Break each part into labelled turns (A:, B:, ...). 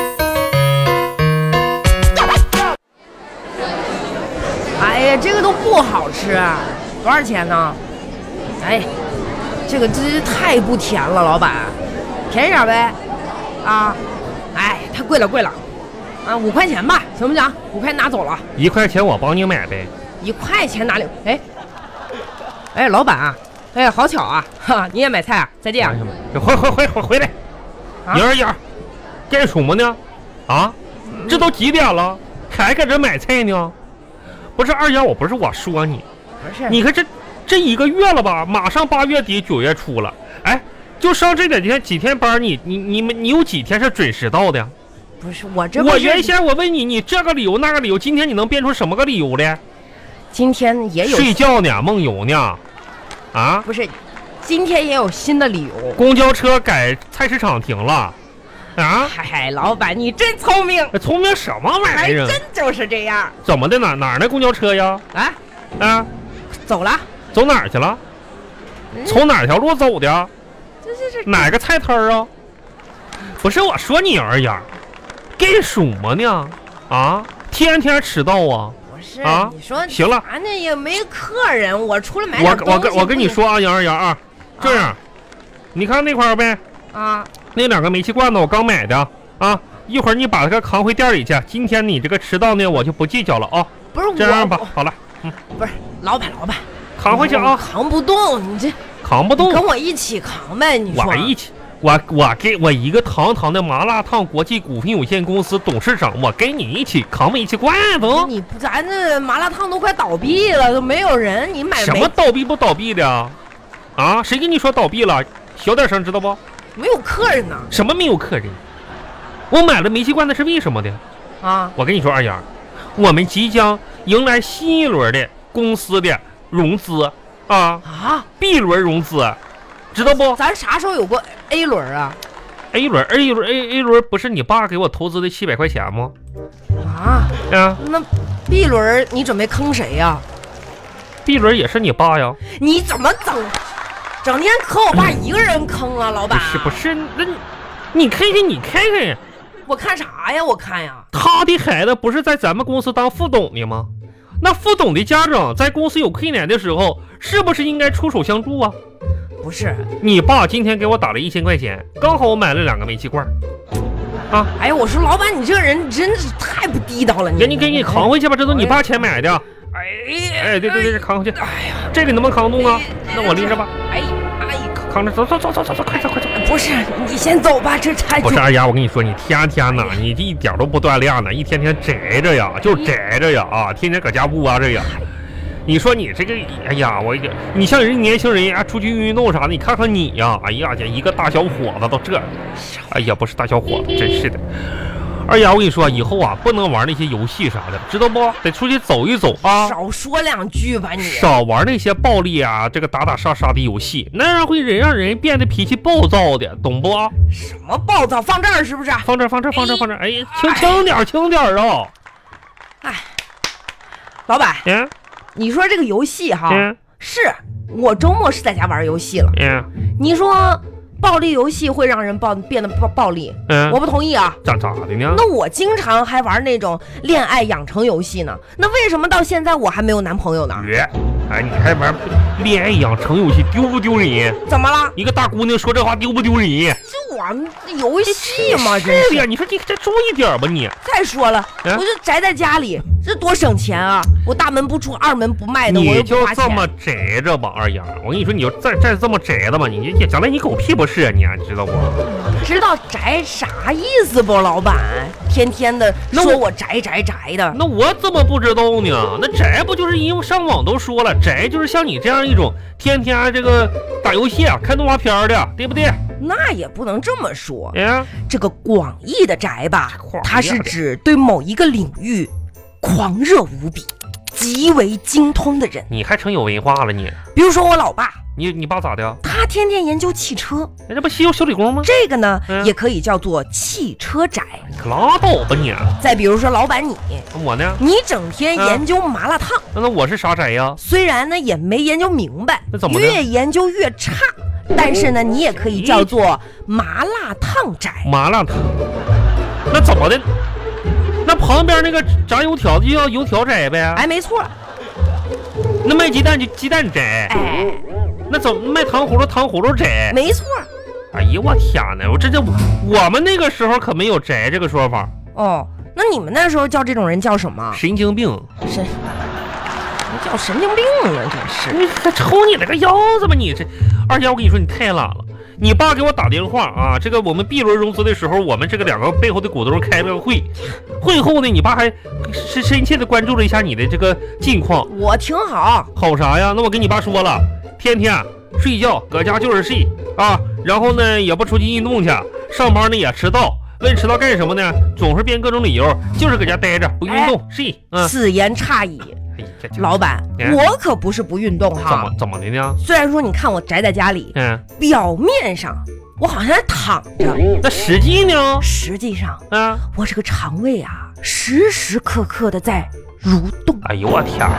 A: 哎吃，啊多少钱呢？哎，这个真是太不甜了，老板，便宜点呗。啊，哎，太贵了，贵了。啊，五块钱吧，行不行？五块拿走了，
B: 一块钱我帮你买呗。
A: 一块钱哪里？哎，哎，老板啊，哎，好巧啊，哈，你也买菜啊？再见啊。
B: 哎呀妈回回回回回来，
A: 啊
B: 莹儿莹儿，干什么呢？啊，
A: 嗯
B: 这都几点了，还搁这买菜呢？不是二丫，我不是我说你，
A: 不是，
B: 你看这这一个月了吧，马上八月底九月初了，哎，就上这点天几天班儿，你你你们你有几天是准时到的呀？
A: 不是我这不
B: 我
A: 是
B: 原先我问你，你这个理由那个理由，今天你能变出什么个理由来？
A: 今天也哎有
B: 睡觉呢，梦游呢，啊，
A: 不是，今天也有新的理由。
B: 公交车改菜市场停了，啊，
A: 嗨，老板你真聪明，
B: 聪明什么玩
A: 还
B: 意儿
A: 真
B: 啊？
A: 就是这样。
B: 怎么的哪哪儿呢？公交车呀？
A: 啊，
B: 啊，
A: 走了，
B: 走哪儿去了？
A: 嗯
B: 从哪条路走的呀？
A: 这这这
B: 哪个菜摊儿啊？不是我说你啊儿呀，干什么呢？啊，天天迟到啊！
A: 不是、
B: 啊
A: 你说
B: 行了，
A: 咱那也没客人，我出来买
B: 我
A: 点
B: 跟
A: 东西
B: 我跟我跟你说啊，杨儿杨儿啊，
A: 不行
B: 这样，你看那块儿呗，
A: 啊，
B: 那两个煤气罐子我刚买的啊，一会儿你把它扛回店里去。今天你这个迟到呢，我就不计较了啊。
A: 不是我
B: 这样吧
A: 我，
B: 好了，
A: 不是老板老板，
B: 扛回去
A: 我
B: 啊，
A: 扛不动你这，
B: 扛不
A: 你
B: 动
A: 跟我一起扛呗，你说
B: 我一起，我我给我一个堂堂的麻辣烫国际股份有限公司董事长，我跟你一起扛煤气罐子哦。
A: 你不咱这麻辣烫都快倒闭了，都没有人，你买
B: 什
A: 没
B: 么倒闭不倒闭的啊？啊，谁跟你说倒闭了？小点声，知道不？
A: 没有客人呢
B: 什么没有客人？我买了煤气罐子是为什么的？
A: 啊？
B: 我跟你说，二丫，我们即将迎来新一轮的公司的融资啊
A: 啊，
B: ，B 轮融资，知道不
A: 咱啥时候有过 A 轮啊？
B: ？A 轮，A 轮，A A 轮不是你爸给我投资的七百块钱吗？
A: 啊，
B: 啊
A: 那 B 轮你准备坑谁呀、
B: ，B 轮也是你爸呀。
A: 你怎么整？整天坑我爸一个人坑啊，老
B: 不
A: 板！
B: 是不，是，那你你看看你看看，
A: 我看啥呀？我看呀，
B: 他的孩子不是在咱们公司当副董的吗？那副董的家长在公司有困难的时候，是不是应该出手相助啊？
A: 不是，
B: 你爸今天给我打了一千块钱，刚好我买了两个煤气罐儿，
A: 哎呀，我说老板，你这个人真是太不地道了，你
B: 给你给你扛回去吧，这都你爸钱买的。
A: 哎
B: 哎，对对对，扛回去，
A: 哎呀，
B: 这个能不能扛得动啊？那我拎着吧，
A: 哎哎呀，
B: 扛着，走走走走走走，快走快走。
A: 不是，你先走吧，这太
B: 不是二丫，我跟你说，你天天呐，你这一点都不锻炼呢，一天天宅着呀，就宅着呀啊，天天搁家不窝着呀。你说你这个，哎呀，我一个，你像人家年轻人呀、出去运运动啥的，你看看你呀、哎呀，这一个大小伙子都这，哎呀，不是大小伙子，真是的。二丫，我跟你说，以后啊，不能玩那些游戏啥的，知道不？得出去走一走啊，
A: 少说两句吧，你
B: 少玩那些暴力啊，这个打打杀杀的游戏，那样会人让人变得脾气暴躁的，懂不啊？
A: 什么暴躁放这儿是不是？
B: 放这儿，放这儿，放这儿，放这儿。哎呀，轻轻点儿，轻点儿啊！
A: 老板，
B: 嗯
A: 你说这个游戏哈，
B: 嗯
A: 是我周末是在家玩游戏了，
B: 嗯
A: 你说暴力游戏会让人暴变得暴暴力，我
B: 嗯，
A: 不同意啊。
B: 咋咋的呢？
A: 那我经常还玩那种恋爱养成游戏呢，那为什么到现在我还没有男朋友呢？
B: 别，哎，你还玩恋爱养成游戏，丢不丢人？
A: 怎么了？
B: 一个大姑娘说这话丢不丢人？
A: 就玩游戏嘛，真
B: 是的哎呀，
A: 是。
B: 你说你这注意点儿吧你。
A: 再说了，
B: 嗯
A: 我就宅在家里，这多省钱啊！我大门不出二门不迈的，我
B: 你
A: 又不
B: 就
A: 花
B: 这
A: 钱。
B: 么宅着吧，二丫。我跟你说，你就再再这么宅着吧，你也将来你狗屁不是啊你啊，知道不？
A: 知道宅啥意思不，老板？天天的
B: 那
A: 说
B: 我
A: 我宅宅宅的，
B: 那我怎么不知道呢？那宅不就是因为上网都说了，宅就是像你这样一种天天这个打游戏啊、看动画片儿的，对不对？
A: 那也不能这么说。
B: 嗯。
A: 这个广义的宅吧
B: 广义的，
A: 它是指对某一个领域狂热无比、极为精通的人。
B: 你还成有文化了你？
A: 比如说我老爸，
B: 你你爸咋的？哎
A: 他天天研究汽车，
B: 那这不西游小理工吗？
A: 这个呢、
B: 嗯
A: 也可以叫做汽车宅。
B: 你可拉倒吧你！啊
A: 再比如说老板你，
B: 我呢？
A: 你整天
B: 嗯
A: 研究麻辣烫，
B: 那那我是啥宅呀？
A: 虽然呢也没研究明白
B: 那怎，么的
A: 越研究越差，但是呢你也可以叫做麻辣烫宅。
B: 麻辣烫。那怎么的？那旁边那个炸油条的就叫油条宅呗？
A: 哎，没错，
B: 那卖鸡蛋就鸡蛋窄，
A: 哎，
B: 那怎么卖糖葫芦糖葫芦窄？
A: 没错儿
B: 哎呀，我天哪！我这这我们那个时候可没有宅这个说法，
A: 哦。那你们那时候叫这种人叫什么？
B: 神经病！
A: 神，叫神经病啊！真是。
B: 你还抽你那个腰子吧你这二丫，我跟你说你太懒了。你爸给我打电话啊，这个我们 B 轮融资的时候，我们这个两个背后的股东开了个会，会后呢，你爸还深深切的关注了一下你的这个近况，
A: 我挺好，
B: 好啥呀？那我跟你爸说了，天天睡觉搁家就是睡啊，然后呢也不出去运动去，上班呢也迟到。问迟到干什么呢？总是编各种理由，就是搁家待着不运动睡。嗯，
A: 此言差矣。
B: 哎呀，这这
A: 老板，
B: 哎
A: 我可不是不运动
B: 怎么
A: 哈。
B: 怎么的呢？
A: 虽然说你看我宅在家里，
B: 嗯，
A: 表面上我好像在躺着，
B: 那实际呢？
A: 实际上
B: 啊，
A: 我这个肠胃啊，时时刻刻的在蠕动，
B: 哎呦我天儿，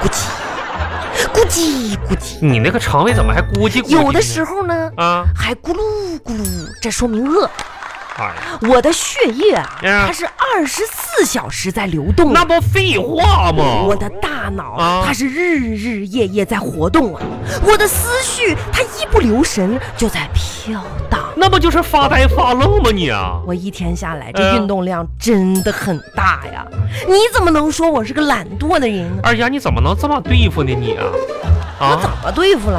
A: 咕叽咕叽咕叽咕叽，
B: 你那个肠胃怎么还咕叽咕叽呢？
A: 有的时候呢
B: 啊，
A: 还咕噜咕噜，这说明饿。
B: 哎呀，
A: 我的血液啊，
B: 嗯
A: 它是二十四小时在流动的
B: 那。不废话吗？
A: 我的大脑
B: 啊
A: 它是日日夜夜在活动啊，我的思绪它一不留神就在飘荡。
B: 那不就是发呆发愣吗你啊？
A: 我一天下来，
B: 嗯
A: 这运动量真的很大呀！你怎么能说我是个懒惰的人呢？
B: 二哎丫，你怎么能这么对付呢你啊？
A: 我
B: 啊
A: 怎，么对付了？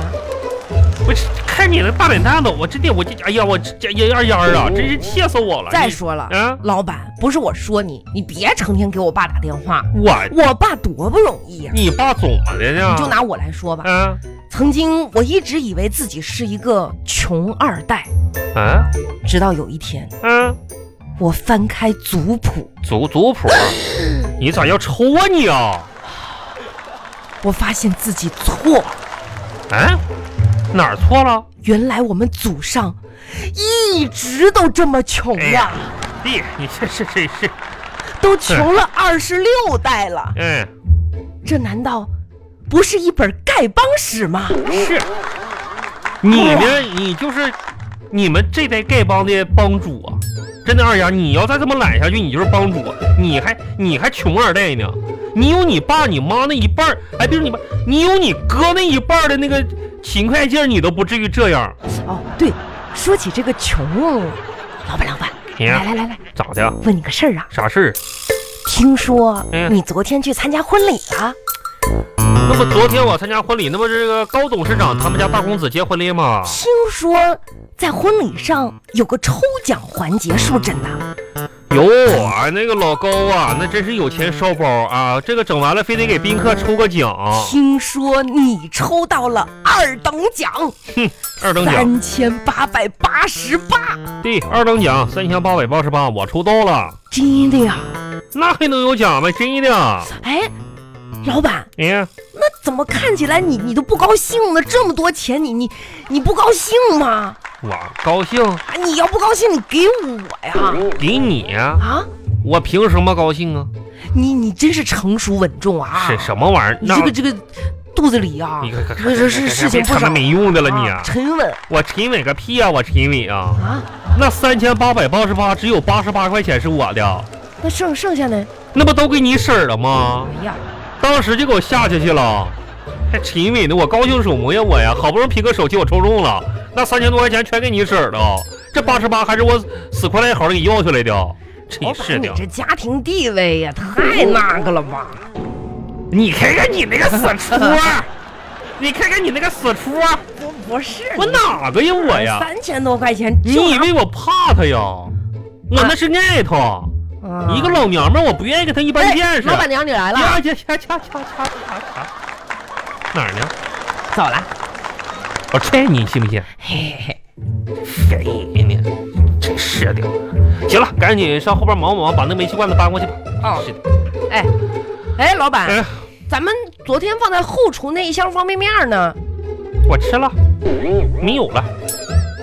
B: 我这看你那大脸蛋子，我真的我这哎呀我这这呀二丫儿啊，真是气死我了。
A: 再
B: 你
A: 说了，
B: 啊，
A: 老板，不是我说你，你别成天给我爸打电话，
B: 我
A: 我爸多不容易呀、
B: 你爸怎么的呢？
A: 你就拿我来说吧，
B: 啊
A: 曾经我一直以为自己是一个穷二代，
B: 啊
A: 直到有一天
B: 啊，
A: 我翻开族谱，
B: 族 族谱，你咋要抽啊你啊？
A: 我发现自己错了。
B: 哎，哪儿错了？
A: 原来我们祖上一直都这么穷
B: 哎
A: 呀
B: 呀，弟，你这是这是，
A: 都穷了二十六代了，
B: 嗯。
A: 这难道不是一本丐帮史吗？
B: 是，你呢？你就是你们这代丐帮的帮主啊！真的二丫，你要再这么懒下去，你就是帮主，啊你还你还穷二代呢！你有你爸你妈那一半儿，哎，别说你爸，你有你哥那一半儿的那个勤快劲儿，你都不至于这样。
A: 哦，对，说起这个穷，哦老板老板，
B: 你
A: 来来来来，
B: 咋的？
A: 问你个事儿啊，
B: 啥事儿？
A: 听说
B: 嗯
A: 你昨天去参加婚礼啊了？
B: 那不昨天我参加婚礼，那不这个高董事长他们家大公子结婚了吗？
A: 听说在婚礼上有个抽奖环节，是不是真的？
B: 哟，俺那个老高啊，那真是有钱烧包啊！这个整完了，非得给宾客抽个奖，
A: 听说你抽到了二等奖，
B: 二等奖。
A: 三千八百八十八，
B: 对，二等奖三千八百八十八，我抽到了，
A: 真的呀？
B: 那还能有奖吗？真的！
A: 哎，老板，
B: 哎呀，
A: 怎么看起来你你都不高兴呢？这么多钱，你你你不高兴吗？
B: 我高兴，
A: 啊，你要不高兴，你给我呀！
B: 给你啊，
A: 啊，
B: 我凭什么高兴啊？
A: 你你真是成熟稳重啊！
B: 是什么玩意儿？
A: 你
B: 那
A: 这个这个肚子里啊，
B: 你看看看
A: 这
B: 看，
A: 这是事情不
B: 别扯
A: 少
B: 那没用的了你
A: 啊
B: 啊！
A: 沉稳
B: 我沉稳个屁啊！我沉稳啊！
A: 啊。
B: 那三千八百八十八，只有八十八块钱是我的，
A: 那剩剩下呢？
B: 那不都给你婶儿了吗？
A: 哎呀，
B: 当时就给我下下去了，还沉稳呢，我高兴什么呀我呀？好不容易拼个手气我抽中了，那三千多块钱全给你婶儿了，这八十八还是我死快赖好的给要下来的，真
A: 老
B: 是
A: 板，你
B: 的！
A: 这家庭地位呀，太那个了吧？
B: 你看看你那个死出 儿，你看看你那个死出儿，
A: 不不是，
B: 我哪个呀我呀？
A: 三千多块钱
B: 你
A: 就
B: 以为我怕他呀？我那是爱他，
A: 啊
B: 一个老娘们儿，我不愿意跟他一般
A: 哎
B: 见识。
A: 老板娘，你来了，
B: 呀呀呀呀呀呀呀呀！哪儿呢？
A: 走了。
B: 我踹你信不信？
A: 嘿嘿嘿，
B: 便宜呢，真是的。行了，赶紧上后边忙忙，把那煤气罐子搬过去吧。
A: 哦
B: 是的。
A: 哎，哎，老板，
B: 哎，
A: 咱们昨天放在后厨那一箱方便面呢？
B: 我吃了，没有了。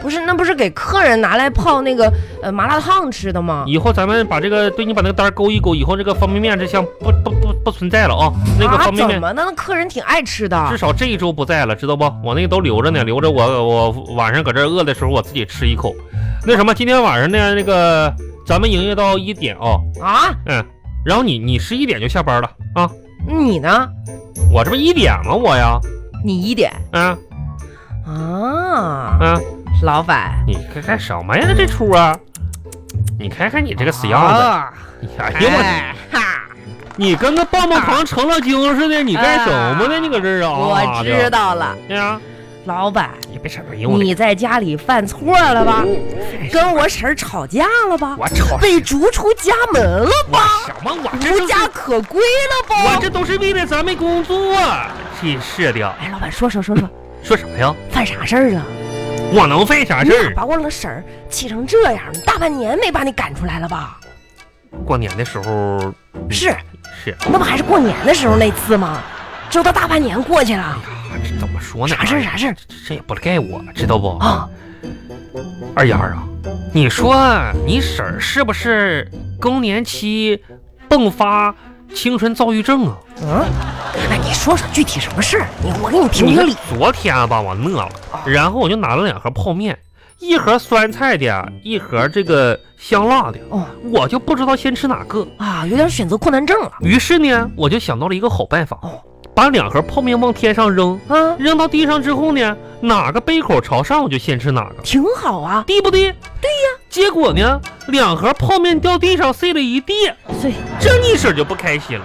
A: 不是，那不是给客人拿来泡那个呃麻辣烫吃的吗？
B: 以后咱们把这个，对你把那个单儿勾一勾，以后这个方便面这项不不不不存在了啊。那个
A: 啊
B: 方便面
A: 怎么呢？那客人挺爱吃的
B: 至。少这一周不在了，知道不？我那个都留着
A: 嗯
B: 呢，留着我我晚上搁这儿饿的时候我自己吃一口。那什么，今天晚上呢，那个咱们营业到一点啊、
A: 啊，
B: 嗯，然后你你十一点就下班了啊，
A: 你呢？
B: 我这不一点吗？我呀，
A: 你一点
B: 啊
A: 啊？
B: 啊，
A: 老板，
B: 你干干什么呀？这出啊？你看看你这个死样子！
A: 啊
B: 哎呀我，
A: 哎哈，
B: 你跟个棒棒糖成了精似的，你干什么呢？你搁这儿啊？
A: 我知
B: 道。
A: 道了，
B: 对呀，
A: 老板，
B: 你别扯没用哎的。哎
A: 你在家里犯错了吧？跟我婶儿吵架了吧？
B: 我瞅
A: 被逐出家门了
B: 我
A: 吧？
B: 什么？我这
A: 无
B: 都是
A: 家可归了
B: 我
A: 吧？
B: 这都是为了咱们工作，真是的。
A: 哎，老板，说说说说，
B: 说啥呀？
A: 犯啥事儿了？
B: 我能费啥
A: 你
B: 事
A: 咋
B: 儿？啊
A: 把我老婶儿气成这样？你大半年没把你赶出来了吧？
B: 过年的时候嗯
A: 是，
B: 是，
A: 那不还是过年的时候那次吗？这都大半年过去了
B: 哎呀，这怎么说呢？
A: 啥
B: 哎
A: 事儿啥事儿
B: 这这也不赖我，知道不？
A: 啊！
B: 二丫啊，你说你婶儿是不是更年期迸发青春躁郁症啊？
A: 嗯，那你说说具体什么事儿？你我给你评
B: 你
A: 评
B: 看
A: 理。啊
B: 昨天吧，我饿了，然后我就拿了两盒泡面，一盒酸菜的，一盒这个香辣的，
A: 哦
B: 我就不知道先吃哪个。
A: 啊，有点选择困难症了
B: 于是呢，我就想到了一个好办法
A: 哦，
B: 把两盒泡面往天上扔，
A: 啊，
B: 扔到地上之后呢，哪个杯口朝上，我就先吃哪个，
A: 挺好啊。
B: 对不对？对呀。结果呢，两盒泡面掉地上碎了一地，
A: 所以
B: 这你婶就不开心了，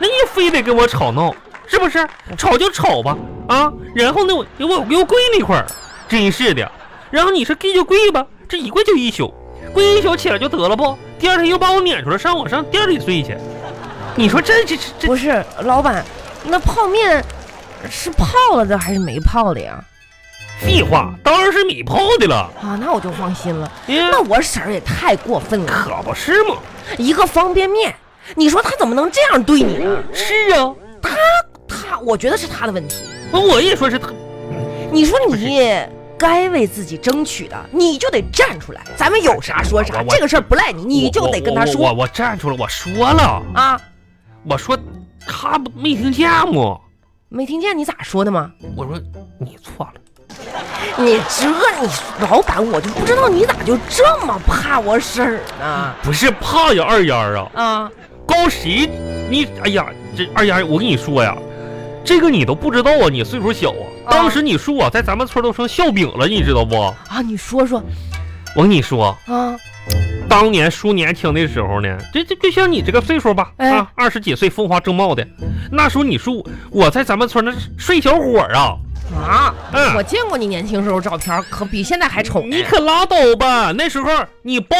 B: 那你非得跟我吵闹，是不是？吵就吵吧，啊，然后呢，我给我给我跪那块儿，真是的。然后你说跪就跪吧，这一跪就一宿，跪一宿起来就得了不？第二天又把我撵出来，上我上店里睡去。你说这这这这
A: 不是老板，那泡面是泡了的还是没泡的呀？
B: 废话，当然是米泡的了，
A: 啊，那我就放心了。
B: 呀
A: 那，我婶儿也太过分了，
B: 可不是嘛？
A: 一个方便面，你说她怎么能这样对你呢？
B: 是啊，
A: 她，我觉得是她的问题。
B: 我也说是他，
A: 你说你该为自己争取的，你就得站出来。咱们有啥说啥
B: 哎我，我
A: 这个事儿不赖你，你就得跟她
B: 我我
A: 说
B: 我我站出来，我说了，
A: 啊。
B: 我说他不没听见吗？
A: 没听见你咋说的吗？
B: 我说你错了。
A: 你这你老板，我就不知道你咋就这么怕我婶儿呢？
B: 不是怕呀，二丫啊，
A: 啊，
B: 高谁？你哎呀，这二丫，我跟你说呀，这个你都不知道啊，你岁数小啊。
A: 啊
B: 当时你说我在咱们村都成笑柄了，你知道不？
A: 啊，你说说
B: 我跟你说，
A: 啊，
B: 当年叔年轻的时候呢，这这就像你这个岁数吧，
A: 哎
B: 啊，二十几岁风华正茂的，那时候你叔我在咱们村那是睡小伙儿啊，
A: 啊！
B: 嗯
A: 我见过你年轻时候照片，可比现在还丑呢。
B: 你可拉倒吧，那时候你爸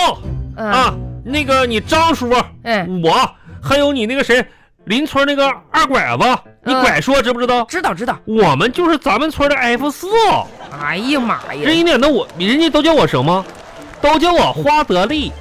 A: 嗯，
B: 啊，那个你张叔，啊
A: 哎，
B: 我还有你那个谁，邻村那个二拐子，你
A: 嗯
B: 拐说知不知道？
A: 知道知道。
B: 我们就是咱们村的 F 四，
A: 哎呀妈
B: 人
A: 呀！
B: 一点那我人家都叫我什么？都叫我花得力。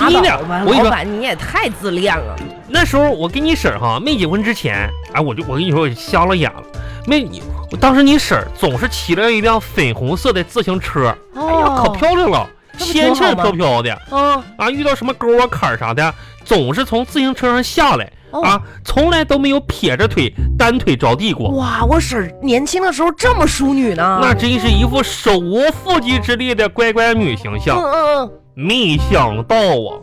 A: 拉
B: 低
A: 倒
B: 点
A: 吧，
B: 我跟你
A: 老
B: 说
A: 板你也太自恋了。
B: 那时候我跟你婶儿哈没结婚之前，哎，我就我跟你说我瞎了眼了，没你，我当时你婶儿总是骑了一辆粉红色的自行车，
A: 哦
B: 哎呀，可漂亮了，
A: 那不挺
B: 仙气儿
A: 好吗
B: 飘飘的
A: 啊！
B: 啊！遇到什么沟啊坎儿啥的，总是从自行车上下来
A: 哦
B: 啊，从来都没有撇着腿单腿着地过。
A: 哇，我婶儿年轻的时候这么淑女呢。
B: 那真是一副手无缚鸡之力的乖乖女形象
A: 嗯。嗯
B: 没想到啊，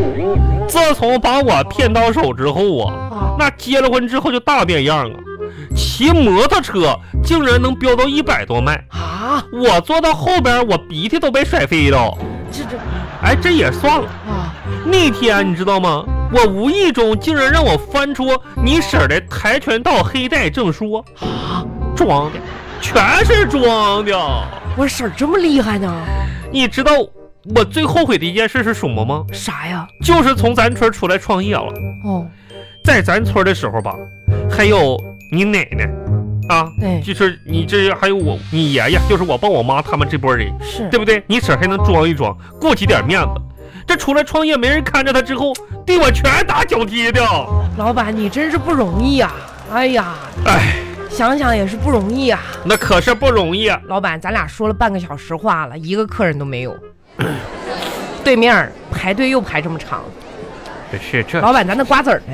B: 自从把我骗到手之后啊，
A: 嗯啊，
B: 那结了婚之后就大变样啊，骑摩托车竟然能飙到一百多迈，
A: 啊，
B: 我坐到后边，我鼻涕都被甩飞了。
A: 这这
B: 哎，这也算了。
A: 啊，
B: 那天你知道吗？我无意中竟然让我翻出你婶儿的跆拳道黑带证书，啊装的，全是装的。
A: 我婶儿这么厉害呢？
B: 你知道我最后悔的一件事是什么吗？
A: 啥呀？
B: 就是从咱村出来创业了。
A: 哦，
B: 在咱村的时候吧，还有你奶奶，啊，
A: 对，
B: 就是你这还有我你爷爷，就是我爸我妈他们这波人，
A: 是
B: 对不对？你婶还能装一装，顾及点面子。这出来创业没人看着他之后，对我拳打脚踢的。
A: 老板，你真是不容易呀、哎呀，
B: 哎，
A: 想想也是不容易呀、啊
B: 那可是不容易啊。
A: 老板，咱俩说了半个小时话了，一个客人都没 有。对面儿排队又排这么长，
B: 这哎是这
A: 老板，咱的瓜子儿呢？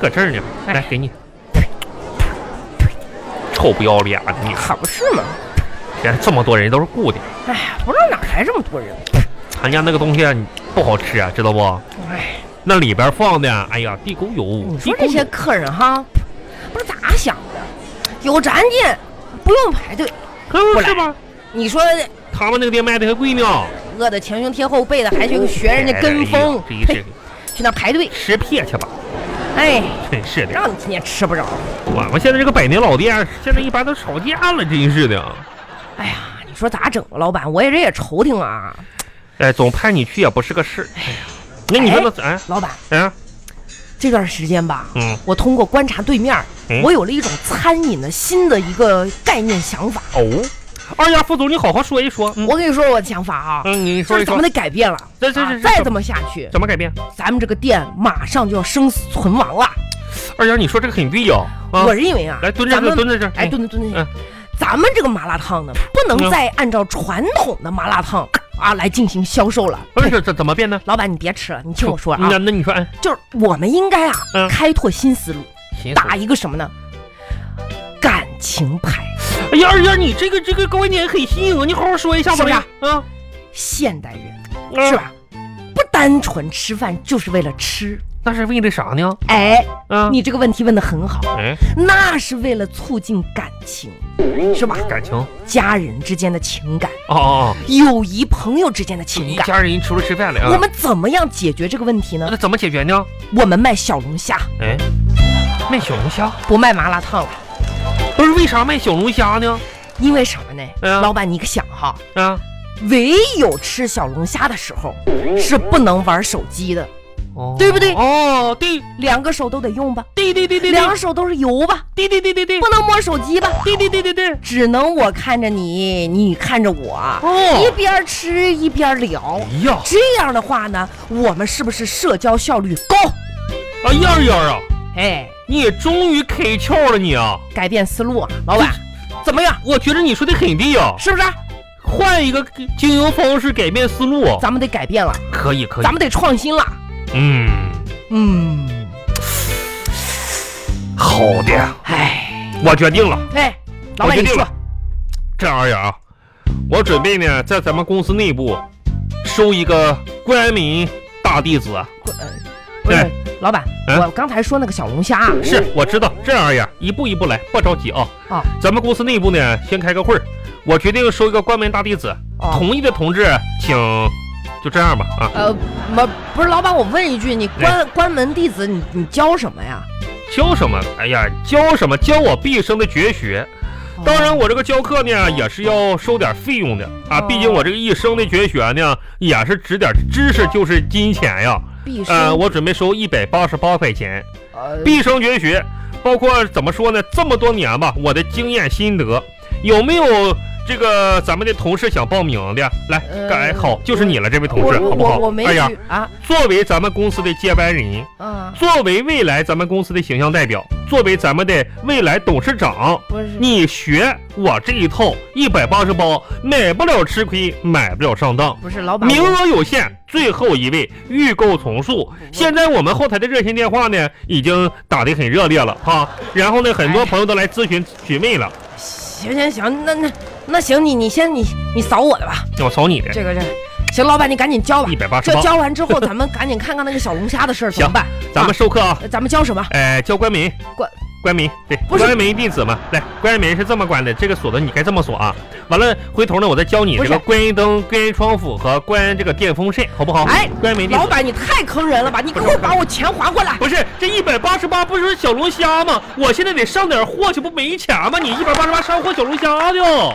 B: 搁这儿呢，
A: 哎
B: 来给你。臭不要脸的，你
A: 可不是嘛！
B: 看这么多人都是雇的，
A: 哎呀，不知道哪儿来这么多人。
B: 他家那个东西啊你不好吃啊，知道不？
A: 哎，
B: 那里边放的，哎呀，地沟油
A: 你，
B: 地
A: 说
B: 沟
A: 这些
B: 油，
A: 客人哈，不是咋想的，有咱店不用排队。
B: 可不
A: 来
B: 是吧？
A: 你说
B: 他们那个店卖的还贵呢，
A: 饿得前胸贴后背的，还去学人家跟风
B: 哎呀，这一
A: 呸
B: 是，
A: 去那排队，
B: 吃撇去吧，
A: 哎，
B: 真是的。
A: 让你天天吃不着。
B: 我们现在这个百年老店，现在一般都吵架了，真是的。
A: 哎呀，你说咋整啊，老板？我也这也愁挺啊，
B: 哎，总派你去也不是个事儿。哎呀，那你说那哎
A: 老板，
B: 哎
A: 这段时间吧，
B: 嗯
A: 我通过观察对面儿，
B: 嗯
A: 我有了一种餐饮的新的一个概念想法。
B: 哦，二丫副总，你好好说一说。嗯
A: 我跟你说我的想法啊，
B: 嗯，你
A: 就
B: 说
A: 是
B: 一
A: 咱们
B: 说
A: 得改变了。
B: 这这这
A: 啊
B: 这
A: 再
B: 怎
A: 这么下去，
B: 怎么改变？
A: 咱们这个店马上就要生死存亡了。
B: 二丫，你说这个很必要啊
A: 我。认为啊，
B: 来蹲
A: 咱
B: 这
A: 们
B: 儿，蹲在这儿。
A: 哎，
B: 嗯
A: 蹲蹲蹲
B: 嗯
A: 咱们这个麻辣烫呢，不能再按照传统的麻辣烫啊来进行销售了。
B: 不是嗯哎这怎么变呢？
A: 老板，你别吃了，你听我说啊，
B: 那那你说，哎，
A: 就是我们应该啊，
B: 嗯
A: 开拓新思路，
B: 行
A: 打一个什么呢？感情牌，
B: 哎呀，二丫，你这个这个观点很新颖，你好好说一下吧。
A: 是不是
B: 啊，
A: 现代人
B: 啊
A: 是？吧？不单纯吃饭就是为了吃，
B: 那是为了啥呢？
A: 哎，
B: 啊，
A: 你这个问题问得很好，
B: 哎，
A: 那是为了促进感情，是吧？
B: 感情哦
A: 家人之间的情感，
B: 哦哦，
A: 友谊朋友之间的情
B: 一
A: 感。
B: 家人除了吃饭了
A: 我
B: 啊，
A: 们怎么样解决这个问题呢？
B: 那怎么解决呢？
A: 我们卖小龙虾，
B: 哎，卖小龙虾，
A: 不卖麻辣烫了，
B: 不是为啥卖小龙虾呢？
A: 因为什么呢？
B: 嗯
A: 老板，你可想哈，
B: 啊，
A: 唯有吃小龙虾的时候是不能玩手机的，
B: 哦，
A: 对不对
B: 哦，对
A: 两个手都得用吧，
B: 对对对对
A: 两手都是油吧，
B: 对对对对对
A: 不能摸手机吧，
B: 对对对对对，
A: 只能我看着你，你看着我，一
B: 哦，
A: 边吃一边聊。
B: 哎呀，
A: 这样的话呢，我们是不是社交效率高？
B: 哎呀二丫啊，
A: 哎，
B: 你也终于开窍了你啊！
A: 改变思路啊，老板，怎么样？
B: 我觉得你说的很对呀，
A: 是不是？
B: 换一个经营方式，改变思路，啊
A: 咱们得改变了，
B: 可以可以
A: 咱，们得创新了。
B: 嗯，
A: 嗯，
B: 好的，
A: 哎，
B: 我决定了。
A: 哎，老板
B: 我决
A: 你
B: 定
A: 说
B: 了，这样呀啊，我准备呢在咱们公司内部收一个关门大弟子。啊
A: 滚呃不是
B: 对
A: 老板，
B: 嗯
A: 我刚才说那个小龙虾啊，
B: 是，我知道。这样呀，一步一步来，不着急啊。
A: 啊
B: 咱们公司内部呢，先开个会儿。我决定收一个关门大弟子，
A: 哦，
B: 同意的同志请，就这样吧啊。
A: 呃，不不是老板，我问一句，你关关门弟子，你你教什么呀？
B: 教什么？哎呀，教什么？教我毕生的绝学。
A: 哦
B: 当然，我这个教课呢，也是要收点费用的啊。
A: 哦
B: 毕竟我这个一生的绝学呢，也是指点知识就是金钱呀。
A: 毕生
B: 呃，我准备收一百八十八块钱，
A: 呃
B: 毕生绝学，包括怎么说呢？这么多年吧，我的经验心得，有没有这个咱们的同事想报名的？来
A: 呃，
B: 改好，就是你了，这位同
A: 我
B: 事，好不
A: 我
B: 好
A: 我？没
B: 哎呀，
A: 去啊，
B: 作为咱们公司的接班人，
A: 嗯，
B: 作为未来咱们公司的形象代表，作为咱们的未来董事长，
A: 不是
B: 你学我这一套一百八十包，买不了吃亏，买不了上当。
A: 不是老板，
B: 名
A: 我
B: 额有限，最后一位预购从速。
A: 嗯
B: 现在我们后台的热线电话呢，已经打得很热烈了哈、然后呢，很
A: 哎
B: 多朋友都来咨询询问了，
A: 行行行，那那那行，你你先你你扫我的吧，
B: 我扫你的
A: 这个这个行，老板你赶紧教吧
B: 一。百八十
A: 这
B: 八。
A: 教完之后， 咱们赶紧看看那个小龙虾的事儿怎么
B: 行
A: 办？
B: 咱们授课啊，
A: 呃咱们教什么？
B: 哎，教关门，
A: 关
B: 关门，对，
A: 不是
B: 关门弟子嘛。来，关门是这么关的，这个锁的你该这么锁啊。完了，回头呢，我再教你
A: 不
B: 这
A: 是
B: 个关灯、关窗户和关这个电风扇，好不好？
A: 哎
B: 关门弟
A: 老
B: 子。
A: 板，你太坑人了吧！你给
B: 不
A: 我
B: 是
A: 把我钱还回来！
B: 不是，这一百八十八不是小龙虾吗？我现在得上点货去，不没钱吗？你一百八十八上货小龙虾的哦，